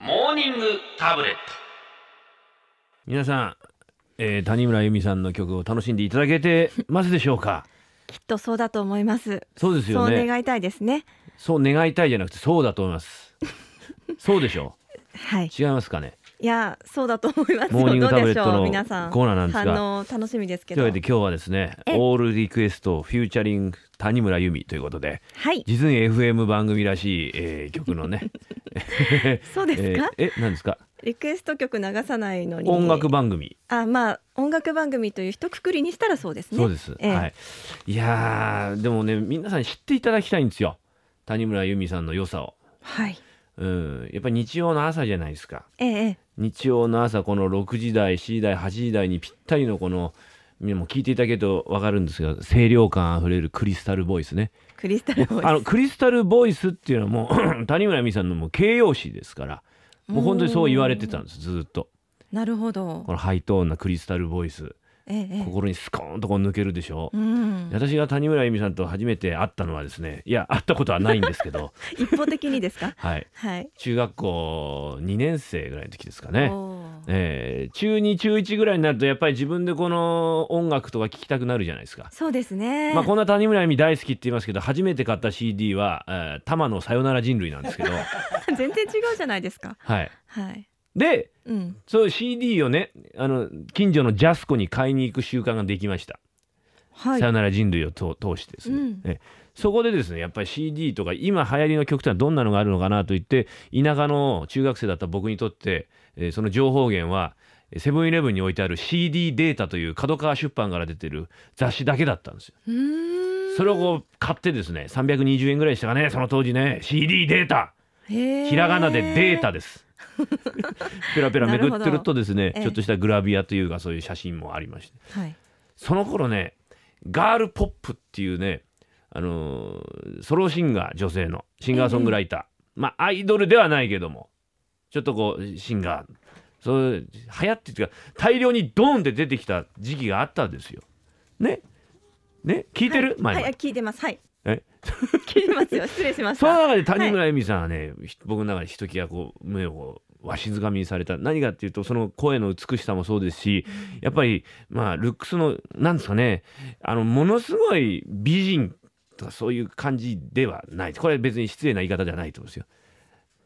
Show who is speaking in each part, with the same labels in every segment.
Speaker 1: ニングタブレット
Speaker 2: 皆さん、えー谷村由美さんの曲を楽しんでいただけてますでしょう か
Speaker 3: きっとそうだと思います。
Speaker 2: そうですよ
Speaker 3: そう
Speaker 2: ね
Speaker 3: 願いたいですね。
Speaker 2: そう願いたいじゃなくてそうだと思います そうでしょ
Speaker 3: はい。
Speaker 2: 違いますかね
Speaker 3: いや、そうだと思います
Speaker 2: モーニング
Speaker 3: よ。ど
Speaker 2: タ
Speaker 3: う
Speaker 2: ブレ
Speaker 3: で
Speaker 2: ット
Speaker 3: しょう、
Speaker 2: の
Speaker 3: 皆さん。
Speaker 2: コーナーなんですが
Speaker 3: 反応楽しみですけ
Speaker 2: という
Speaker 3: ど。
Speaker 2: わけで今日はですね
Speaker 3: え
Speaker 2: オールリクエストフューチャリング谷村由美ということで
Speaker 3: はい。
Speaker 2: 実に FM 番組らしい、えー曲のね
Speaker 3: そうですか。
Speaker 2: えーえ何ですか
Speaker 3: リクエスト曲流さないのに。
Speaker 2: 音楽。番組
Speaker 3: あ、まあ、音楽番組という一括りにしたらそうですね。
Speaker 2: そうです、
Speaker 3: ええ
Speaker 2: はいいやーでもね皆さん知っていただきたいんですよ谷村由美さんの良さを
Speaker 3: はい。
Speaker 2: うんやっぱり日曜の朝じゃないですか
Speaker 3: ええええ。
Speaker 2: 日曜の朝この6時台7時台8時台にぴったりのこのみんなも聞いていただけると分かるんですが清涼感あふれるクリスタルボイス ね
Speaker 3: クリスタルボーイス。
Speaker 2: あのクリスタルボイスっていうのはもう 谷村美さんのもう形容詞ですからもう本当にそう言われてたんですずーっと
Speaker 3: なるほど
Speaker 2: こ。のハイトーンなクリスタルボイス
Speaker 3: ええええ。
Speaker 2: 心にスコーンとこう抜けるでしょ
Speaker 3: うん。
Speaker 2: 私が谷村由美さんと初めて会ったのはですねいや会ったことはないんですけど。
Speaker 3: 一方的にですか
Speaker 2: はい
Speaker 3: はい。
Speaker 2: 中学校2年生ぐらいの時ですか
Speaker 3: お
Speaker 2: ね、
Speaker 3: ー
Speaker 2: えー中2中1ぐらいになるとやっぱり自分でこの音楽とか聴きたくなるじゃないですか、
Speaker 3: そうですね。
Speaker 2: まあ、こんな谷村由美大好きって言いますけど初めて買った CD は「えー玉のさよなら人類」なんですけど
Speaker 3: 全然違うじゃないですか。
Speaker 2: はい
Speaker 3: はい。
Speaker 2: で
Speaker 3: うん。
Speaker 2: そういう CD をねあの近所のジャスコに買いに行く習慣ができました
Speaker 3: はい
Speaker 2: さ。よなら人類をと通してですね、
Speaker 3: うん
Speaker 2: ええそこでですねやっぱり CD とか今流行りの曲ってのはどんなのがあるのかなと言って田舎の中学生だった僕にとって、えーその情報源はえーセブンイレブンに置いてある CD データという角川出版から出てる雑誌だけだったんですよ。
Speaker 3: うーん。
Speaker 2: それをこう買ってですね320円ぐらいでしたかねその当時ね CD データ
Speaker 3: ひ
Speaker 2: ひらがなでデータ です。ペラペラめくってるとですね
Speaker 3: ええ
Speaker 2: ちょっとしたグラビアというかそういう写真もありまして
Speaker 3: はい。
Speaker 2: その頃ねガールポップっていうね、あのーソロシンガー女性のシンガーソングライター、まあアイドルではないけどもちょっとこうシンガーそう流行ってっていうか大量にドーンって出てきた時期があったんですよ。ねね聞いてる、
Speaker 3: はい、
Speaker 2: 前
Speaker 3: はい、聞いてます。はい。
Speaker 2: え
Speaker 3: 聞いてますよ。失礼しまし
Speaker 2: その
Speaker 3: た。
Speaker 2: 中で谷村由美さんはね、ひ僕の中でひときわこう目をこうわしづかみにされた何かっていうとその声の美しさもそうですしやっぱりまあルックスのなんですかねあのものすごい美人とかそういう感じではないこれは別に失礼な言い方じゃないと思うんですよ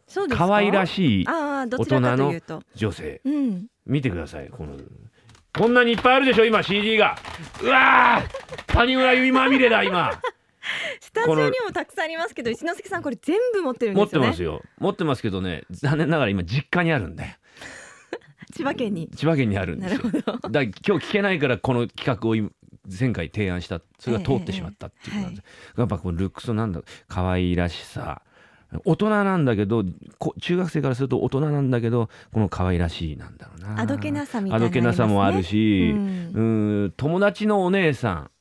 Speaker 3: そうですか。
Speaker 2: 可愛ら
Speaker 3: い。
Speaker 2: しい
Speaker 3: ああ、どちらかというと。
Speaker 2: 女性
Speaker 3: うん。
Speaker 2: 見てくださいこのこんなにいっぱいあるでしょ今 CD がうわー谷村由美まみれだ今
Speaker 3: スタジオにもたくさんありますけど、一之輔さんこれ全部持ってるん
Speaker 2: 持
Speaker 3: で
Speaker 2: っ
Speaker 3: す
Speaker 2: て
Speaker 3: よね。
Speaker 2: ますよ持ってますけどね残念ながら今実家にあるんだよ
Speaker 3: 千葉県に。
Speaker 2: 千葉県にあるんで
Speaker 3: な
Speaker 2: すよ
Speaker 3: るほ
Speaker 2: だか
Speaker 3: ど。
Speaker 2: ら今日聞けないからこの企画を今前回提案したそれが通ってしまったっていうことなんで、やっぱこのルックスのなんだ可愛らしさ大人なんだけどこ中学生からすると大人なんだけどこの可愛らしいなんだろうな
Speaker 3: あどけなさみた
Speaker 2: あ
Speaker 3: いなの
Speaker 2: ど
Speaker 3: ります
Speaker 2: け
Speaker 3: ね
Speaker 2: なさもあるし、
Speaker 3: う
Speaker 2: うんん、友達のお姉さん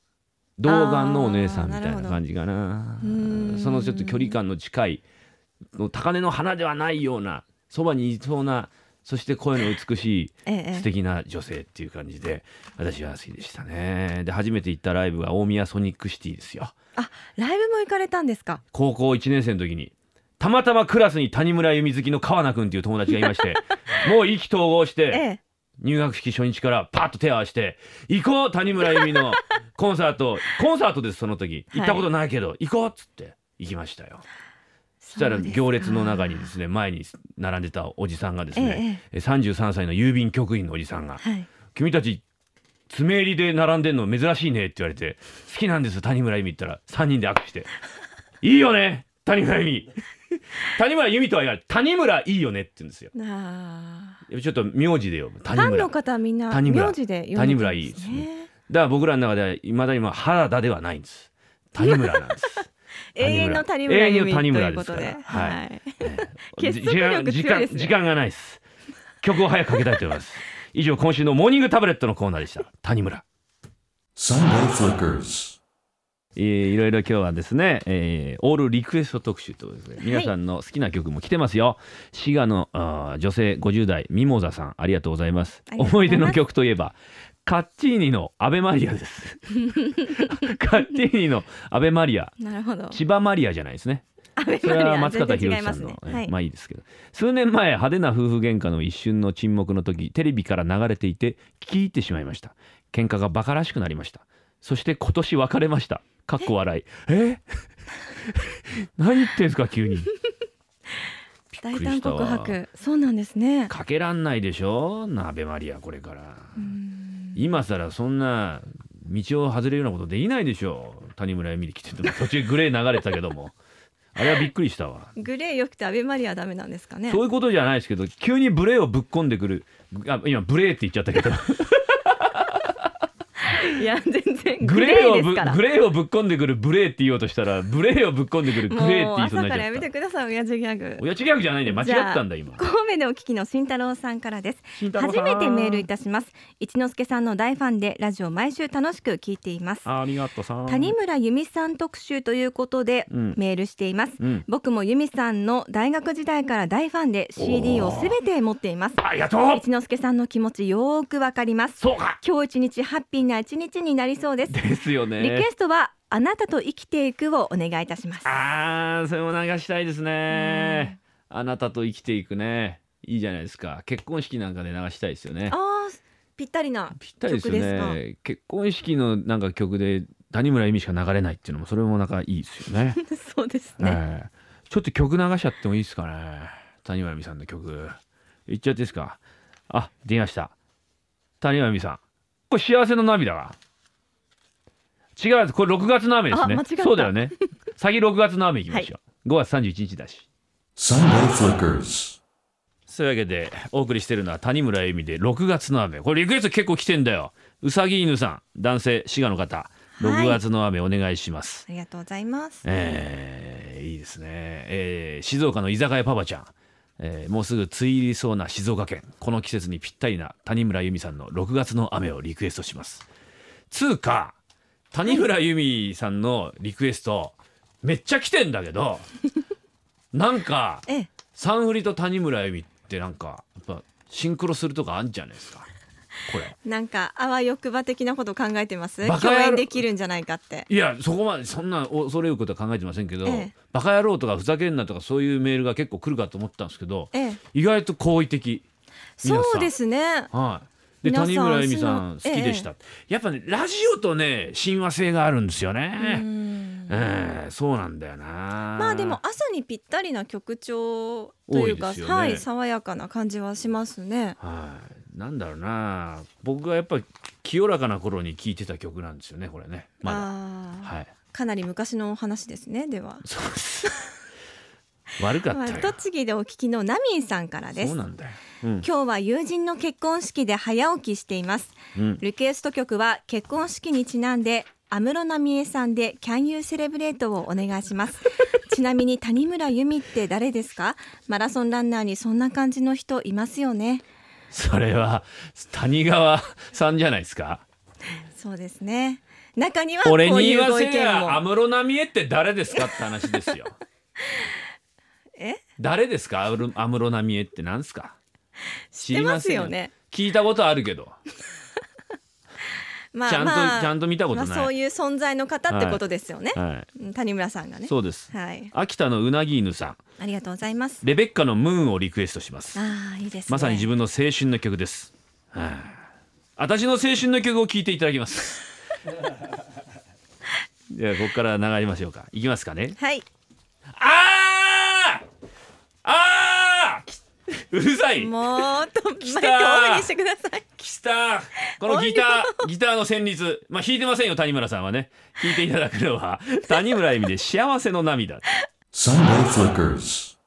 Speaker 2: 童顔のお姉さんみたい
Speaker 3: あーなる
Speaker 2: な
Speaker 3: ほど
Speaker 2: 感じかな
Speaker 3: うん
Speaker 2: そのちょっと距離感の近いの高根の花ではないようなそばにいそうなそして声の美しい
Speaker 3: ええ
Speaker 2: 素。敵な女性っていう感じで私は好きでしたねで初めて行ったライブが大宮ソニックシティですよ
Speaker 3: あ、ライブも行かれたんですか。
Speaker 2: 高校1年生の時にたまたまクラスに谷村由美好きの川名君っていう友達がい ましてもう意気投合し
Speaker 3: え
Speaker 2: て
Speaker 3: え。
Speaker 2: 入学式初日からパッと手を合わせて「行こう谷村由美のコンサートコンサートですその時
Speaker 3: はい
Speaker 2: 行ったことないけど、行こう」っつって行きましたよそしたら
Speaker 3: うですか
Speaker 2: 行列の中にですね前に並んでたおじさんがですね、
Speaker 3: え
Speaker 2: え
Speaker 3: え。
Speaker 2: 33歳の郵便局員のおじさんが
Speaker 3: はい。
Speaker 2: 君たち爪入りで並んでんの珍しいねって言われて好きなんです谷村由美って言ったら3人で握手して「いいよね谷村由美」谷村由美とは言わない谷村いいよねって言うんですよ
Speaker 3: なあ。
Speaker 2: ちょっと名字で呼ぶ
Speaker 3: フ
Speaker 2: 谷
Speaker 3: ァン
Speaker 2: 村
Speaker 3: の
Speaker 2: だか
Speaker 3: 方はみんな
Speaker 2: 谷村
Speaker 3: 名字で呼んで
Speaker 2: 谷
Speaker 3: た
Speaker 2: 村
Speaker 3: ん
Speaker 2: いい
Speaker 3: で
Speaker 2: ですす
Speaker 3: ね。
Speaker 2: ら僕らの中ではいまだにもう原田ではないんです谷村なんです
Speaker 3: 永遠の谷村
Speaker 2: 永
Speaker 3: 由
Speaker 2: 遠
Speaker 3: 美
Speaker 2: の
Speaker 3: と
Speaker 2: 谷
Speaker 3: い
Speaker 2: 村
Speaker 3: うことで
Speaker 2: で。すから
Speaker 3: はい。
Speaker 2: 時
Speaker 3: 結束力
Speaker 2: 時
Speaker 3: 強い
Speaker 2: 間
Speaker 3: ですね
Speaker 2: 時間がないです曲を早くかけたいと思います以上今週のモーニングタブレットのコーナーでした谷村
Speaker 4: Sunday Flickers.
Speaker 2: えーいろいろ今日はですね、えーオールリクエスト特集ということで皆さんの好きな曲も来てますよ、滋賀のあー女性50代ミモザさんありがとうございます
Speaker 3: ありがとうご
Speaker 2: 思
Speaker 3: ざい
Speaker 2: い
Speaker 3: ま
Speaker 2: 出
Speaker 3: す
Speaker 2: の曲といえばカッチーニのアベマリアです カッチーニのアベマリア
Speaker 3: なるほど。
Speaker 2: 千葉マリアじゃないですね
Speaker 3: ア ベ
Speaker 2: そ
Speaker 3: マ
Speaker 2: れ
Speaker 3: リ
Speaker 2: は
Speaker 3: ア
Speaker 2: 松
Speaker 3: 全
Speaker 2: 方
Speaker 3: 然違
Speaker 2: 弘
Speaker 3: い
Speaker 2: 樹さ
Speaker 3: ます
Speaker 2: んの
Speaker 3: ね。
Speaker 2: え
Speaker 3: はい。
Speaker 2: まあいいですけど数年前派手な夫婦喧嘩の一瞬の沈黙の時テレビから流れていて聞き入ってしまいました喧嘩がバカらしくなりましたそして今年別れましたかっこ笑いえ 何言ってんすか急に
Speaker 3: 大
Speaker 2: くりし
Speaker 3: 胆
Speaker 2: たわ
Speaker 3: 告白。そうなんですね。
Speaker 2: かけらんないでしょ鍋マリアこれから
Speaker 3: うん
Speaker 2: 今さらそんな道を外れるようなことできないでしょ谷村恵美に来てても途中グレー流れてたけどもあれはびっくりしたわ
Speaker 3: グレーよくてアベマリアはダメなんですかね
Speaker 2: そ。ういうことじゃないですけど急にブレーをぶっ込んでくるあ今ブレーって言っちゃったけど
Speaker 3: いや全然
Speaker 2: グ
Speaker 3: グ
Speaker 2: レー
Speaker 3: レー
Speaker 2: を
Speaker 3: で
Speaker 2: ぶ
Speaker 3: すから
Speaker 2: グ。レーをぶっ込んでくるブレーって言おうとしたらブレーをぶっ込んでくるグレーって
Speaker 3: もう
Speaker 2: 言いそうに
Speaker 3: 朝
Speaker 2: な
Speaker 3: か
Speaker 2: っち
Speaker 3: ら
Speaker 2: ゃ
Speaker 3: や
Speaker 2: っ
Speaker 3: め
Speaker 2: た
Speaker 3: てください親父ギャグ。
Speaker 2: 親父ギャグじゃないんで間違ったんだ今
Speaker 3: 神戸でお聞きの慎太郎さんからです
Speaker 2: 慎太郎
Speaker 3: 初
Speaker 2: さん
Speaker 3: めてメールいたします一之輔さんの大ファンでラジオ毎週楽しく聞いています
Speaker 2: あありがとうさん
Speaker 3: 谷村由美さん特集ということで
Speaker 2: うん
Speaker 3: メールしています、
Speaker 2: うん
Speaker 3: 僕も由美さんの大学時代から大ファンで CD をすべて持っています
Speaker 2: ありがとう
Speaker 3: 一之輔さんの気持ちよーくわかります
Speaker 2: そうか
Speaker 3: 今日一日ハッピーな一日になりそうです
Speaker 2: ですよね
Speaker 3: リクエストはあなたと生きていくをお願いいたします
Speaker 2: あーそれも流したいですねあなたと生きていくねいいじゃないですか結婚式なんかで流したいですよね
Speaker 3: あーぴったりな
Speaker 2: ぴったりですよ
Speaker 3: 曲ですか
Speaker 2: ね結婚式のなんか曲で谷村由美しか流れないっていうのもそれもなんかいいですよね
Speaker 3: そうです ね、
Speaker 2: ええちょっと曲流しちゃってもいいですかね谷村由美さんの曲いっちゃっていいですかあ出ました谷村由美さんこれ幸せの涙が違うんですこれ6月の雨ですね
Speaker 3: あ間違った
Speaker 2: そうだよね先6月の雨いきましょう、5月31日だし
Speaker 4: Sunday Flickers.
Speaker 2: そういうわけでお送りしてるのは谷村恵美で6月の雨これリクエスト結構来てんだようさぎ犬さん男性滋賀の方
Speaker 3: はい
Speaker 2: 6月の雨お願いします、
Speaker 3: ありがとうございます。
Speaker 2: えーいいですね、えー静岡の居酒屋パパちゃん、えーもうすぐ梅雨入りそうな静岡県この季節にぴったりな谷村由美さんの6月の雨をリクエストしますつうか谷村由美さんのリクエストめっちゃ来てんだけどなんか
Speaker 3: ええ、
Speaker 2: サンフリと谷村恵美ってなんかやっぱシンクロするとかあんじゃないですかこれ
Speaker 3: なんかあわよくば的なこと考えてます。
Speaker 2: バカ
Speaker 3: 共
Speaker 2: 野郎
Speaker 3: 演できるんじゃないかって。
Speaker 2: いやそこまでそんな恐れることは考えてませんけど、
Speaker 3: ええ
Speaker 2: バカ野郎とかふざけんなとかそういうメールが結構来るかと思ったんですけど、
Speaker 3: ええ、
Speaker 2: 意外と好意的皆さん
Speaker 3: そうですね。
Speaker 2: はいで
Speaker 3: 皆さん
Speaker 2: 谷村恵美さん好
Speaker 3: その
Speaker 2: きでした、やっぱねラジオとね親和性があるんですよ
Speaker 3: う
Speaker 2: ね、
Speaker 3: ん
Speaker 2: ええそうなんだよな
Speaker 3: まあでも朝にぴったりな曲調という
Speaker 2: 多
Speaker 3: か、
Speaker 2: いですよね
Speaker 3: はい、爽やかな感じはしますね。
Speaker 2: はい、なんだろうな僕がやっぱり清らかな頃に聴いてた曲なんですよねこれねまだ
Speaker 3: ああ、
Speaker 2: はい
Speaker 3: かなり昔のお話ですね。では、
Speaker 2: そうです。悪か
Speaker 3: ま
Speaker 2: っ
Speaker 3: あ
Speaker 2: たよ。
Speaker 3: 栃木でお聞きのナミンさんからで
Speaker 2: そう
Speaker 3: す。
Speaker 2: なんだよ。うん。
Speaker 3: 今日は友人の結婚式で早起きしています。
Speaker 2: うん、
Speaker 3: リクエスト曲は結婚式にちなんで安室奈美恵さんで Can You Celebrate をお願いします ちなみに谷村由美って誰ですかマラソンランナーにそんな感じの人いますよね
Speaker 2: それは谷川さんじゃないですか。
Speaker 3: そうですね中にはこう
Speaker 2: 俺に
Speaker 3: い
Speaker 2: 言
Speaker 3: う
Speaker 2: わ
Speaker 3: ご
Speaker 2: せ
Speaker 3: 意
Speaker 2: り
Speaker 3: 見
Speaker 2: ゃ安
Speaker 3: も
Speaker 2: 室奈美恵って誰ですかって話ですよ。
Speaker 3: え
Speaker 2: 誰ですか安室安室奈美恵ってなんですか。知
Speaker 3: 出ますよ
Speaker 2: りません
Speaker 3: ね
Speaker 2: 聞いたことあるけど、
Speaker 3: ま
Speaker 2: ちゃんと、ちゃんと見たこと
Speaker 3: ま
Speaker 2: な
Speaker 3: あ
Speaker 2: い。
Speaker 3: そういう存在の方ってことですよね、
Speaker 2: は
Speaker 3: うん谷村さんが
Speaker 2: い、
Speaker 3: ね
Speaker 2: そうです。
Speaker 3: はい
Speaker 2: 秋田のうなぎ犬さん、
Speaker 3: ありがとうございます
Speaker 2: レベッカのムーンをリクエストします。
Speaker 3: ああいいですね
Speaker 2: まさに自分の青春の曲です。はあ、私の青春の曲を聴いていただき ます。ではここから流れましょうか。いきますかね。
Speaker 3: はい
Speaker 2: あーあーきうるさい。
Speaker 3: もうとマイク
Speaker 2: た
Speaker 3: オフにしてください
Speaker 2: きたこのギターギターの旋律まあ弾いてませんよ谷村さんはね弾いていただくのは谷村恵美で幸せの涙
Speaker 4: Sunday Flickers.